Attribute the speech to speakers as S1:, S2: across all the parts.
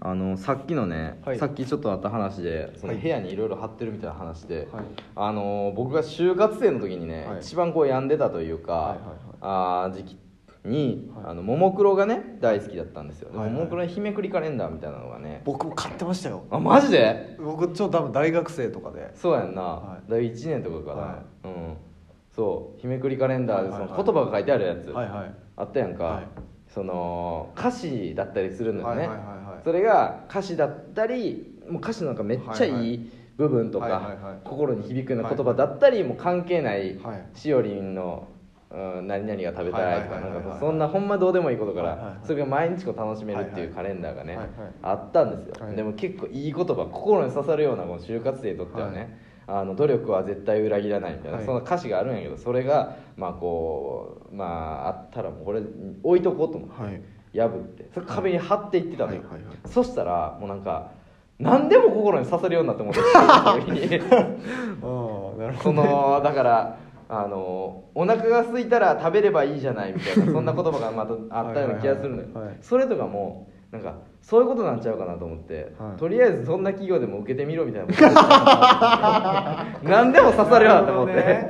S1: あのさっきのね、
S2: はい
S1: さっきちょっとあった話でその
S2: はい
S1: 部屋にいろいろ貼ってるみたいな話で、
S2: はい
S1: あの僕が就活生の時にね、
S2: はい
S1: 一番こう病んでたというか、
S2: はいはい
S1: あー時期に、
S2: はい
S1: あのももクロがね大好きだったんですよ、で
S2: はいはい
S1: ももクロの日めくりカレンダーみたいなのがね
S2: 僕も買ってましたよ
S1: あマジで
S2: 僕ちょっと多分大学生とかで
S1: そうやんな、
S2: はい
S1: 第1年とかかな、
S2: は
S1: うんそう日めくりカレンダーでそ
S2: はい
S1: の
S2: はいはい
S1: 言葉が書いてあるやつ、
S2: はいはい
S1: あったやんか、
S2: はい
S1: その歌詞だったりするのよね、
S2: はいはいはいはい
S1: それが歌詞だったりもう歌詞なんかめっちゃ
S2: はいはい
S1: いい部分とか、
S2: はいはいはい
S1: 心に響くような言葉だったり、もう関係ない、
S2: はい
S1: しおりんの、うん、何々が食べたいとか
S2: はいはいはいはいはい
S1: なんかそんなほんまどうでもいいことから、
S2: はいはいはい
S1: それが毎日こう楽しめるって
S2: はい
S1: い
S2: は
S1: う
S2: い
S1: カレンダーがね、
S2: はいはい
S1: あったんですよ、
S2: はい
S1: でも結構いい言葉心に刺さるようなこの就活生にとってはね、
S2: はい
S1: あの努力は絶対裏切らないみたいな、
S2: はい
S1: その歌詞があるんやけどそれがまあこうまああったらもうこれ置いとこうと思って、
S2: はい
S1: 破ってそれ壁に貼っていってたのよ、
S2: はいはいはい
S1: そしたらもうなんか何でも心に刺さるようになって思ってその時に
S2: ああなる
S1: そ
S2: ほど
S1: のだからあのお腹が空いたら食べればいいじゃないみた いなそんな言葉がまたあったような気がするのよ
S2: はいはいはいはい
S1: それとかもなんかそういうことなんちゃうかなと思って、
S2: はい
S1: とりあえずどんな企業でも受けてみろみたいなこと 何でも刺さるよなと思って、
S2: なるほ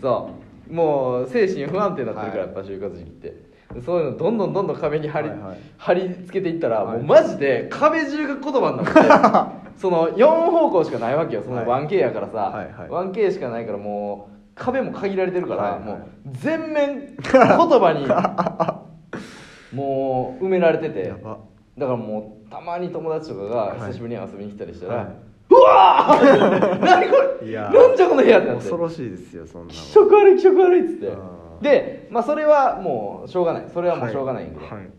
S2: ど
S1: そうもう精神不安定になってるから、
S2: はい
S1: やっぱ就活時期ってでそういうのどんどんどんどん壁に貼り,、
S2: はいはい
S1: 貼り付けていったら、
S2: はい
S1: もうマジで壁中が言葉にな ってその4方向しかないわけよその
S2: はい
S1: 1K やからさ、
S2: はいはい
S1: 1K しかないからもう壁も限られてるから、
S2: はいはい
S1: もう全面言葉に もう埋められてて
S2: やば
S1: だからもうたまに友達とかが
S2: はい
S1: 久しぶりに遊びに来たりしたら「
S2: はいう
S1: わー 何これ
S2: いやー
S1: なんじゃこの部屋」ってなって
S2: 恐ろしいですよそんな
S1: 気
S2: の
S1: 色悪い気色悪いっつって
S2: あー
S1: で、まあ、それはもうしょうがないそれはもうしょうがないんやけど、
S2: はいはい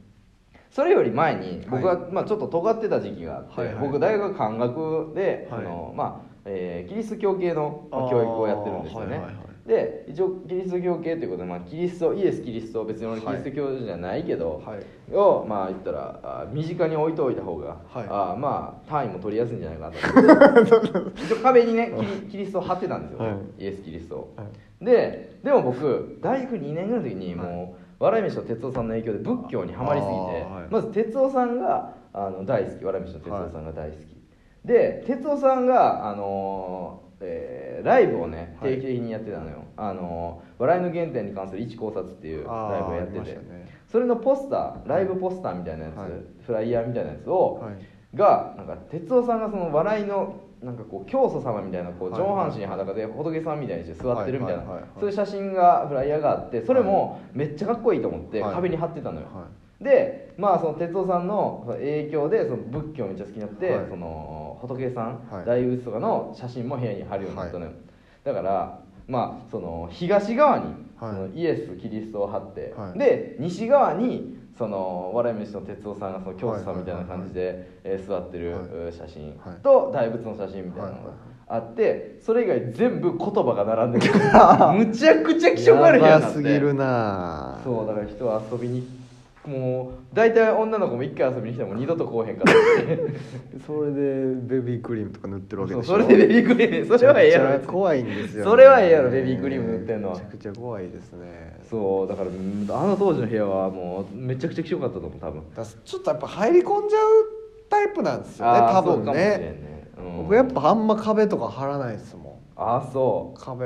S1: それより前に僕は、
S2: は
S1: まあ、ちょっと尖ってた時期があって、
S2: はいはい
S1: 僕大学漢学で、
S2: は
S1: あ
S2: い
S1: のまあえーキリスト教系のまあ教育をやってるんですよね、
S2: あーはいはいは
S1: で一応キリスト教系ということで、まあ、キリストイエス・キリスト別に俺キリスト教じゃないけど、
S2: はい
S1: をまあ言ったらあ身近に置いておいた方が、
S2: はい
S1: あまあ単位も取りやすいんじゃないかなと思 って一応壁にねキリキリストを貼ってたんですよ、
S2: は
S1: イエス・キリストを、
S2: は
S1: ででも僕大学2年ぐらいの時にもう、笑い飯と哲夫さんの影響で仏教にはまりすぎて、
S2: あーはい
S1: まず哲夫さんがあの大好き笑い飯の哲夫さんが大好き、で哲夫さんがあのーえーライブをね
S2: はい
S1: 定期的にやってたのよ、あのー笑いの原点に関する一考察っていうライブをやっ
S2: あーあり
S1: て、
S2: ましてたね
S1: それのポスターライブポスターみたいなやつ、
S2: はい
S1: フライヤーみたいなやつを、
S2: はい
S1: がなんか哲夫さんがその笑いのなんかこう教祖様みたいなこう
S2: は
S1: 上
S2: いはい
S1: 半身裸で仏さんみたいにして座ってるみたいな
S2: はいはいはいはい
S1: そういう写真がフライヤーがあってそれもめっちゃかっこいいと思って
S2: はい
S1: 壁に貼ってたのよ、
S2: は
S1: でまあその哲夫さんのその影響でその仏教めっちゃ好きになって、
S2: はい
S1: その仏さん、
S2: はい
S1: 大仏とかの写真も部屋に貼るようになったのよ、だからまあその東側に、
S2: は
S1: そ
S2: い
S1: のイエス・キリストを貼って、
S2: はい
S1: で西側にその笑い飯の哲夫さんがその教祖さんみたいな感じでえー座ってる
S2: はい
S1: えー写真
S2: はい
S1: と大仏の写真みたいなのがあってそれ以外全部言葉が並んでる むちゃくちゃ気色悪い部屋
S2: や
S1: にな
S2: ば
S1: って
S2: すぎるな
S1: そうだから人は遊びにもう大体女の子も一回遊びに来ても二度と来おへんからって
S2: それでベビークリームとか塗ってるわけ
S1: そ
S2: で
S1: う
S2: しょ
S1: それでベビークリームそれはええやろ
S2: めちゃ
S1: 別
S2: く
S1: に
S2: ちゃ怖いんですよね
S1: それはええやろベビークリーム塗ってんのは
S2: めちゃくちゃ怖いですね
S1: そうだからうんあの当時の部屋はもうめちゃくちゃ気色かったと思う多分
S2: だからちょっとやっぱ入り込んじゃうタイプなんですよね
S1: あー
S2: 多
S1: そう
S2: 分
S1: かもしれん
S2: ね
S1: ねうん
S2: 僕やっぱあんま壁とか貼らないですもん
S1: ああそ
S2: 壁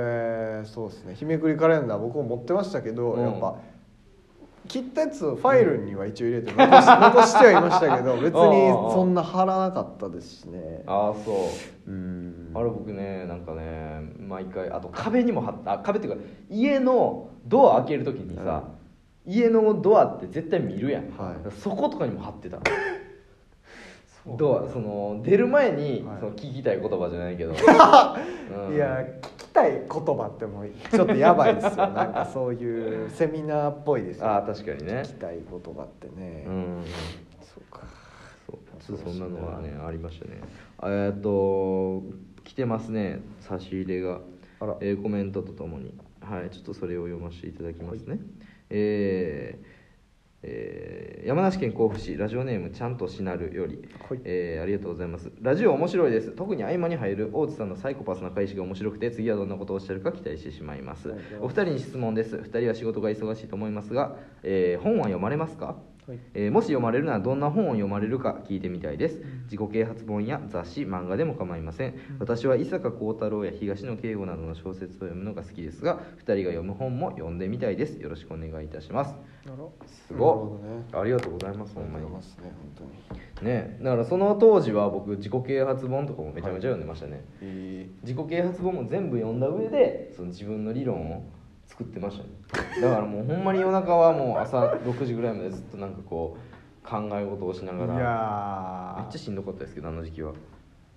S2: そうですね日めくりカレンダー僕も持ってましたけど、
S1: うん
S2: やっぱ切ったやつをファイルには一応入れて残し,、残してはいました けど別にそんな貼らなかったですしね
S1: うああそう
S2: うん
S1: あれ僕ねなんかね毎回あと壁にも貼ってあ壁っていうか家のドア開けるときにさ、
S2: は
S1: 家のドアって絶対見るやん、
S2: はい
S1: そことかにも貼ってた
S2: そう
S1: ドアその出る前に、
S2: はい
S1: その聞きたい言葉じゃない けど、うん
S2: いや聞きたい言葉ってもうちょっとやばいですよ なんかそういうセミナーっぽいですよ
S1: ああ確かにね
S2: 聞きたい言葉ってね、
S1: うん
S2: そうか
S1: そうそんなのはねありましたねえーっと来てますね差し入れが
S2: あら
S1: えーコメントとともにはいちょっとそれを読ませていただきますね、えーえー山梨県甲府市ラジオネームちゃんとしなるより、
S2: はい
S1: えーありがとうございますラジオ面白いです特に合間に入る大津さんのサイコパスな返しが面白くて次はどんなことをおっしゃるか期待してしまいます
S2: ありがとうございます
S1: お二人に質問です二人は仕事が忙しいと思いますが、えー本は読まれますか
S2: はい
S1: えーもし読まれるならどんな本を読まれるか聞いてみたいです自己啓発本や雑誌漫画でも構いません私は伊坂幸太郎や東野圭吾などの小説を読むのが好きですが2人が読む本も読んでみたいですよろしくお願いいたします
S2: なるほど
S1: すご
S2: なるほどね
S1: っありがとうございます
S2: あ
S1: ほ
S2: り
S1: ん
S2: が
S1: ま
S2: と
S1: に
S2: うございますね本
S1: ねだからその当時は僕自己啓発本とかもめちゃめちゃ読んでましたね、
S2: 当にいい
S1: 自己啓発本も全部読んだ上でその自分の理論を作ってましたねだからもうほんまに夜中はもう朝6時ぐらいまでずっとなんかこう考え事をしないがらめ
S2: や
S1: っちゃしんどかったですけどあの時期は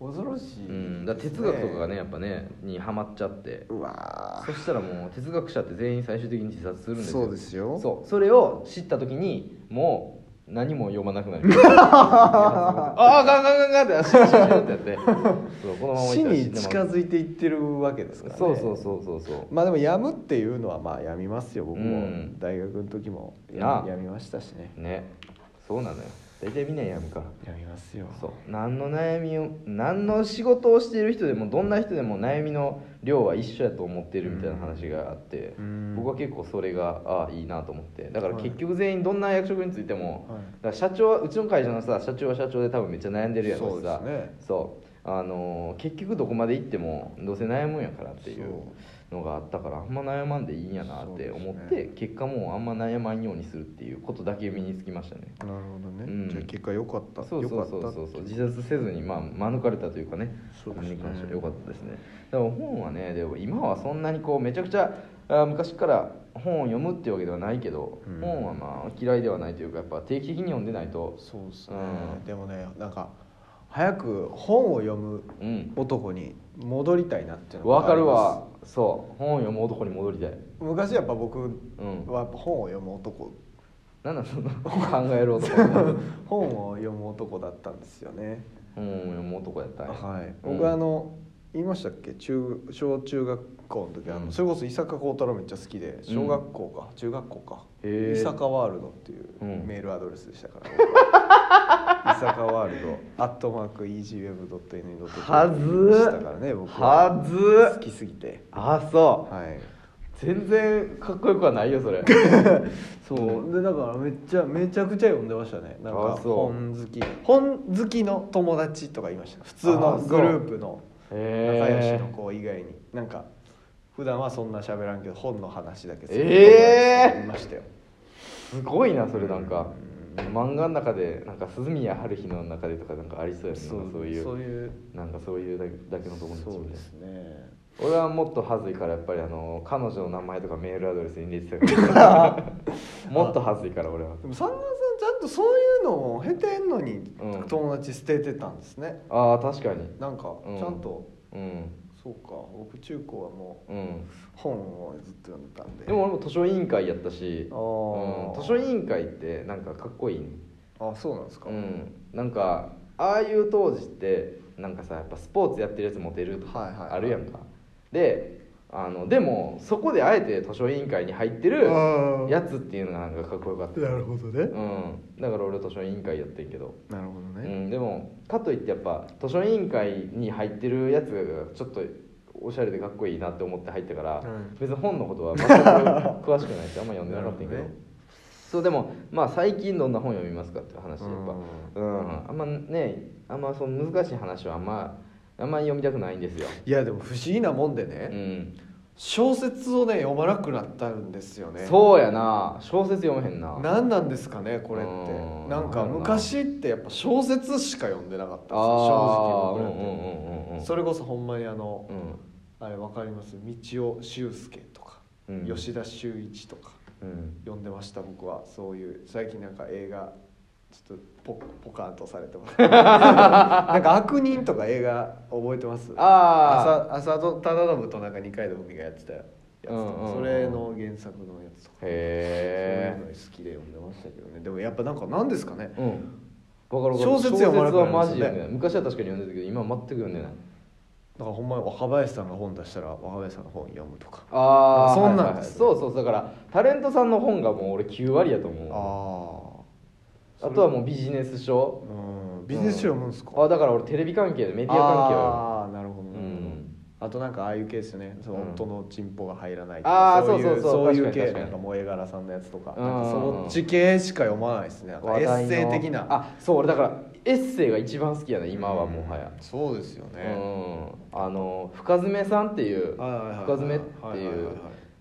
S2: ー恐ろしい、
S1: うんだから哲学とかがねやっぱねにはまっちゃって
S2: うわ
S1: そしたらもう哲学者って全員最終的に自殺するん
S2: ー
S1: ですよ
S2: そうですよ
S1: そうそれを知った時にもう何も読まなくなりま したああガンガンガンガンって足がシュッシュッってやってそうこのままい
S2: 死
S1: ったら
S2: に
S1: んでます
S2: 近づいていってるわけですからね
S1: そうそうそうそうそう
S2: まあでもやむっていうのはまあやみますよ僕
S1: う
S2: も
S1: ん
S2: 大学の時も
S1: な
S2: や
S1: あ
S2: やみましたしね
S1: ねそうなのよ大体みんな病むから
S2: やみますよ
S1: そう何の悩みを何の仕事をしている人でもどんな人でも悩みの量は一緒やと思ってるみたいな話があって、
S2: うん
S1: 僕は結構それがああいいなと思ってだから結局全員どんな役職についても、
S2: はい
S1: だから社長はうちの会社のさ社長は社長で多分めっちゃ悩んでるやろ
S2: そう
S1: し
S2: で
S1: さ
S2: すね
S1: そうあのー結局どこまで行ってもどうせ悩むんやからっていう
S2: そ
S1: のがあったからあんま悩まんでいいんやなって思っ
S2: そう
S1: て、
S2: です
S1: 結果もうあんま悩まんようにするっていうことだけ身につきましたね
S2: なるほどね、
S1: うん
S2: じゃあ結果良かった
S1: そうそうそう
S2: 良かっ
S1: そ
S2: た
S1: うそう自殺せずにまあ免れたというかね
S2: そうですね
S1: に関しては良かったですねでも本はねでも今はそんなにこうめちゃくちゃあー昔から本を読むっていうわけではないけど、
S2: うん
S1: 本はまあ嫌いではないというかやっぱ定期的に読んでないと
S2: そうですね、
S1: うん
S2: でもねなんか早く本を読む
S1: うん
S2: 男に戻りたいなっていうのが
S1: わかる
S2: あり
S1: わそう本を読む男に戻りたい
S2: ます昔やっぱ僕は
S1: うん
S2: やっぱ本を読む男
S1: なんだその考える 男
S2: 本を読む男だったんですよね
S1: 本を読む男やったんや
S2: はい、
S1: うん
S2: 僕はあの言いましたっけ中小中学校の時あの、
S1: うん
S2: それこそ伊坂幸太郎めっちゃ好きで小学校か、中学校か
S1: へー
S2: 伊坂ワールドっていう
S1: うん
S2: メールアドレスでした から、僕は伊坂ワールドアットマーク EGWEB.NE.com で
S1: はず
S2: したからね僕
S1: は
S2: 好
S1: ず
S2: きすぎて
S1: あそう
S2: はい
S1: 全然かっこよくはないよ それ
S2: そうでだからめっちゃめちゃくちゃ読んでましたねなん
S1: あ
S2: か
S1: そう
S2: 本好き本好きの友達とか言いました普通
S1: あ
S2: の
S1: そう
S2: グループの仲良し
S1: へ
S2: の子以外になんか普段はそんな喋らんけど本の話だけする
S1: えー
S2: 友達とかいましたよ
S1: ー、すごいなそれなんか漫画の中でなんか涼宮春日の中でとかなんかありそうやね
S2: そ
S1: なん
S2: う
S1: かそういう
S2: そういう
S1: なんかそういうだけだけの友達
S2: そう
S1: みた
S2: で
S1: いな
S2: すね
S1: 俺はもっとはずいからやっぱりあの彼女の名前とかメールアドレスに入れてたから もっとはずいから俺は
S2: でも三川さんちゃんとそういうのを経てんのに、
S1: うん
S2: 友達捨ててたんですね
S1: ああ確かに
S2: なんか
S1: うん
S2: ちゃんと、
S1: うん
S2: そうか僕中高はもう
S1: うん
S2: 本をずっと読んでたんで
S1: でも俺も図書委員会やったし、うん、
S2: ああ
S1: 図書委員会ってなんかかっこいいね
S2: あそうなんですか、
S1: うんなんかああいう当時ってなんかさやっぱスポーツやってるやつモテるとか
S2: はいはいはい
S1: あるやんか、であのでもそこであえて図書委員会に入ってる
S2: あー
S1: やつっていうのがなんかかっこよかった、
S2: なるほどね
S1: うん、だから俺図書委員会やってんけど、
S2: なるほど
S1: う
S2: ね、
S1: ん、でもかといってやっぱ図書委員会に入ってるやつがちょっとおしゃれでかっこいいなって思って入ったから、
S2: うん
S1: 別に本のことは全く詳しくないしあんま読んでなかったんやけど
S2: なるほどね
S1: そうでもまあ最近どんな本読みますかっていう話でやっぱうん、あんまねあんまその難しい話はあんまあんまり読みたくないんですよ、
S2: いやでも不思議なもんでね、
S1: うん、
S2: 小説をね読まなくなったんですよね
S1: そうやな小説読めへんな
S2: 何なんですかねこれっ
S1: うん
S2: てなんか
S1: なんだろうな
S2: 昔ってやっぱ小説しか読んでなかったんですよ
S1: あー
S2: 正直僕らって、
S1: うんうんうんうん
S2: それこそほんまにあの、
S1: うん
S2: あれわかります道尾修介とか、
S1: うん
S2: 吉田修一とか
S1: うん
S2: 読んでました僕はそういう最近なんか映画ちょっとポポカンとされてま すなんか悪人とか映画覚えてます
S1: あ
S2: 朝朝と忠信となんか二階堂ふみがやってたやつとか、
S1: うんうんうん
S2: それの原作のやつと
S1: ー
S2: かそういう
S1: へ
S2: の好きで読んでましたけどねでもやっぱなんか何ですかね
S1: えうんわかるわかる
S2: 小説読まなくな
S1: 小説は
S2: りま
S1: マジ
S2: したね
S1: で読んでない昔は確かに読んでたけど今は全く読んでない
S2: だからほんまに若林さんが本出したら若林さんの本読むとか
S1: ああ
S2: そんなんですね
S1: そうそうだからタレントさんの本がもう俺9割やと思う
S2: あ
S1: あとはもうビジネス書
S2: あうんビジネス書読むんですか、
S1: あだから俺テレビ関係でメディア関係を
S2: あーなるほど
S1: う
S2: なるほど、
S1: んあ
S2: あとなんかああいう系ですよねそ
S1: う
S2: の
S1: ん
S2: 夫のチンポが入らない
S1: あー
S2: そういう
S1: そうそうそう
S2: い
S1: 確
S2: う
S1: かに
S2: 系
S1: 確かに
S2: なんか萌え柄さんのやつとか
S1: うん
S2: なんかそっち系しか読まないですねなんかエッセイ的な
S1: あそう俺だからエッセイが一番好きやね今はもはや
S2: そうですよ
S1: う
S2: ね
S1: んあの深爪さんっていう
S2: はいはいはい
S1: 深爪っていう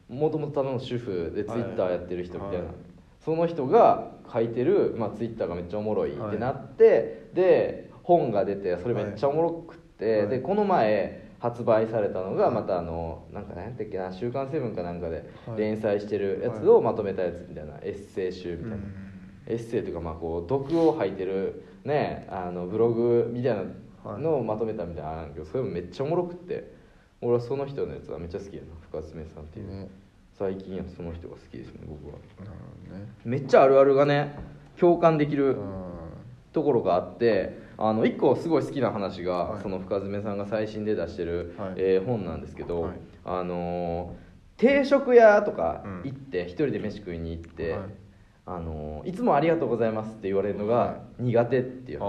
S1: もともと多分主婦でツイ
S2: はい
S1: ッターやってる人みたいな、
S2: はい
S1: その人が書いてる、まあ、ツイッターがめっちゃおもろいっ
S2: は
S1: て
S2: い
S1: なって、で本が出てそれめっちゃおもろくって、
S2: はい
S1: でこの前発売されたのが
S2: はい
S1: またあのなんか何やったっけな「週刊セブン」かなんかで
S2: はい
S1: 連載してるやつをまとめたやつみたいなエッセイ集みたいな、エッセイというかまあこう毒を吐いてるねあのブログみたいなのをまとめたみたいなのあるんだけどそれもめっちゃおもろくって俺はその人のやつはめっちゃ好きやな深爪さんっていう、
S2: ね
S1: 最近やとその人が好きですね僕は
S2: なるほどね
S1: めっちゃあるあるがね共感でき
S2: う
S1: る
S2: ん
S1: ところがあってあの1個すごい好きな話が、
S2: はい
S1: その深爪さんが最新で出してる、
S2: はい
S1: えー本なんですけど、
S2: はい
S1: あのー定食屋とか
S2: うん
S1: 行って、一人で飯食いに行って、
S2: はい
S1: あのーいつもありがとうございますって言われるの
S2: は
S1: が苦手っていう話、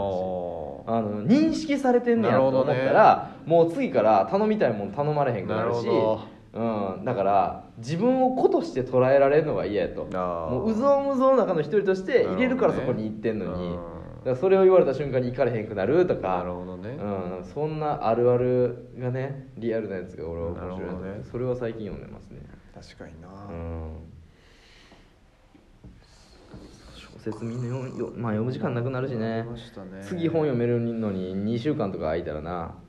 S2: あ
S1: あの認識されてんねや
S2: なる
S1: と
S2: ほ
S1: 思
S2: ど
S1: った
S2: ね
S1: ら、もう次から頼みたいもん頼まれへんくなるし
S2: なるほ
S1: うん、だから自分を子として捉えられるのが嫌やと
S2: あー
S1: もううぞうむぞうの中の一人として入れるから
S2: な
S1: そ
S2: る
S1: こ
S2: ほどね
S1: に行ってんのに、
S2: うん
S1: だからそれを言われた瞬間に行かれへんくなると
S2: あな
S1: か
S2: るほどね
S1: うん、そんなあるあるがねリアルなやつが俺は面白いなと思
S2: なる
S1: っ
S2: ほ
S1: て
S2: どね
S1: それは最近読んでますね、
S2: 確かにな
S1: うん、小説みんな読むよ、まあ、読む時間なくなるしね
S2: りましたね
S1: 次本読めるのに2週間とか空いたらな、
S2: うん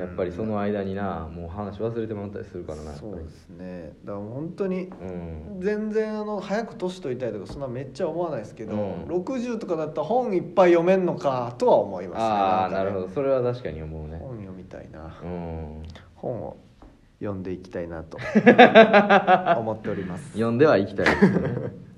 S1: やっぱりその間になもう話忘れてもらったりするからなやっぱ
S2: そう
S1: り
S2: ですねだから本当に
S1: うん
S2: 全然あの早く年取りたいとかそんなめっちゃ思わないですけど、
S1: うん
S2: 60とかだったら本いっぱい読めんのかとは思いますね
S1: ああ
S2: んか
S1: な
S2: ね
S1: るほどそれは確かに思うね
S2: 本読みたいな
S1: うん
S2: 本を 読んでいきたいなと思っております
S1: 読んではいきたいですね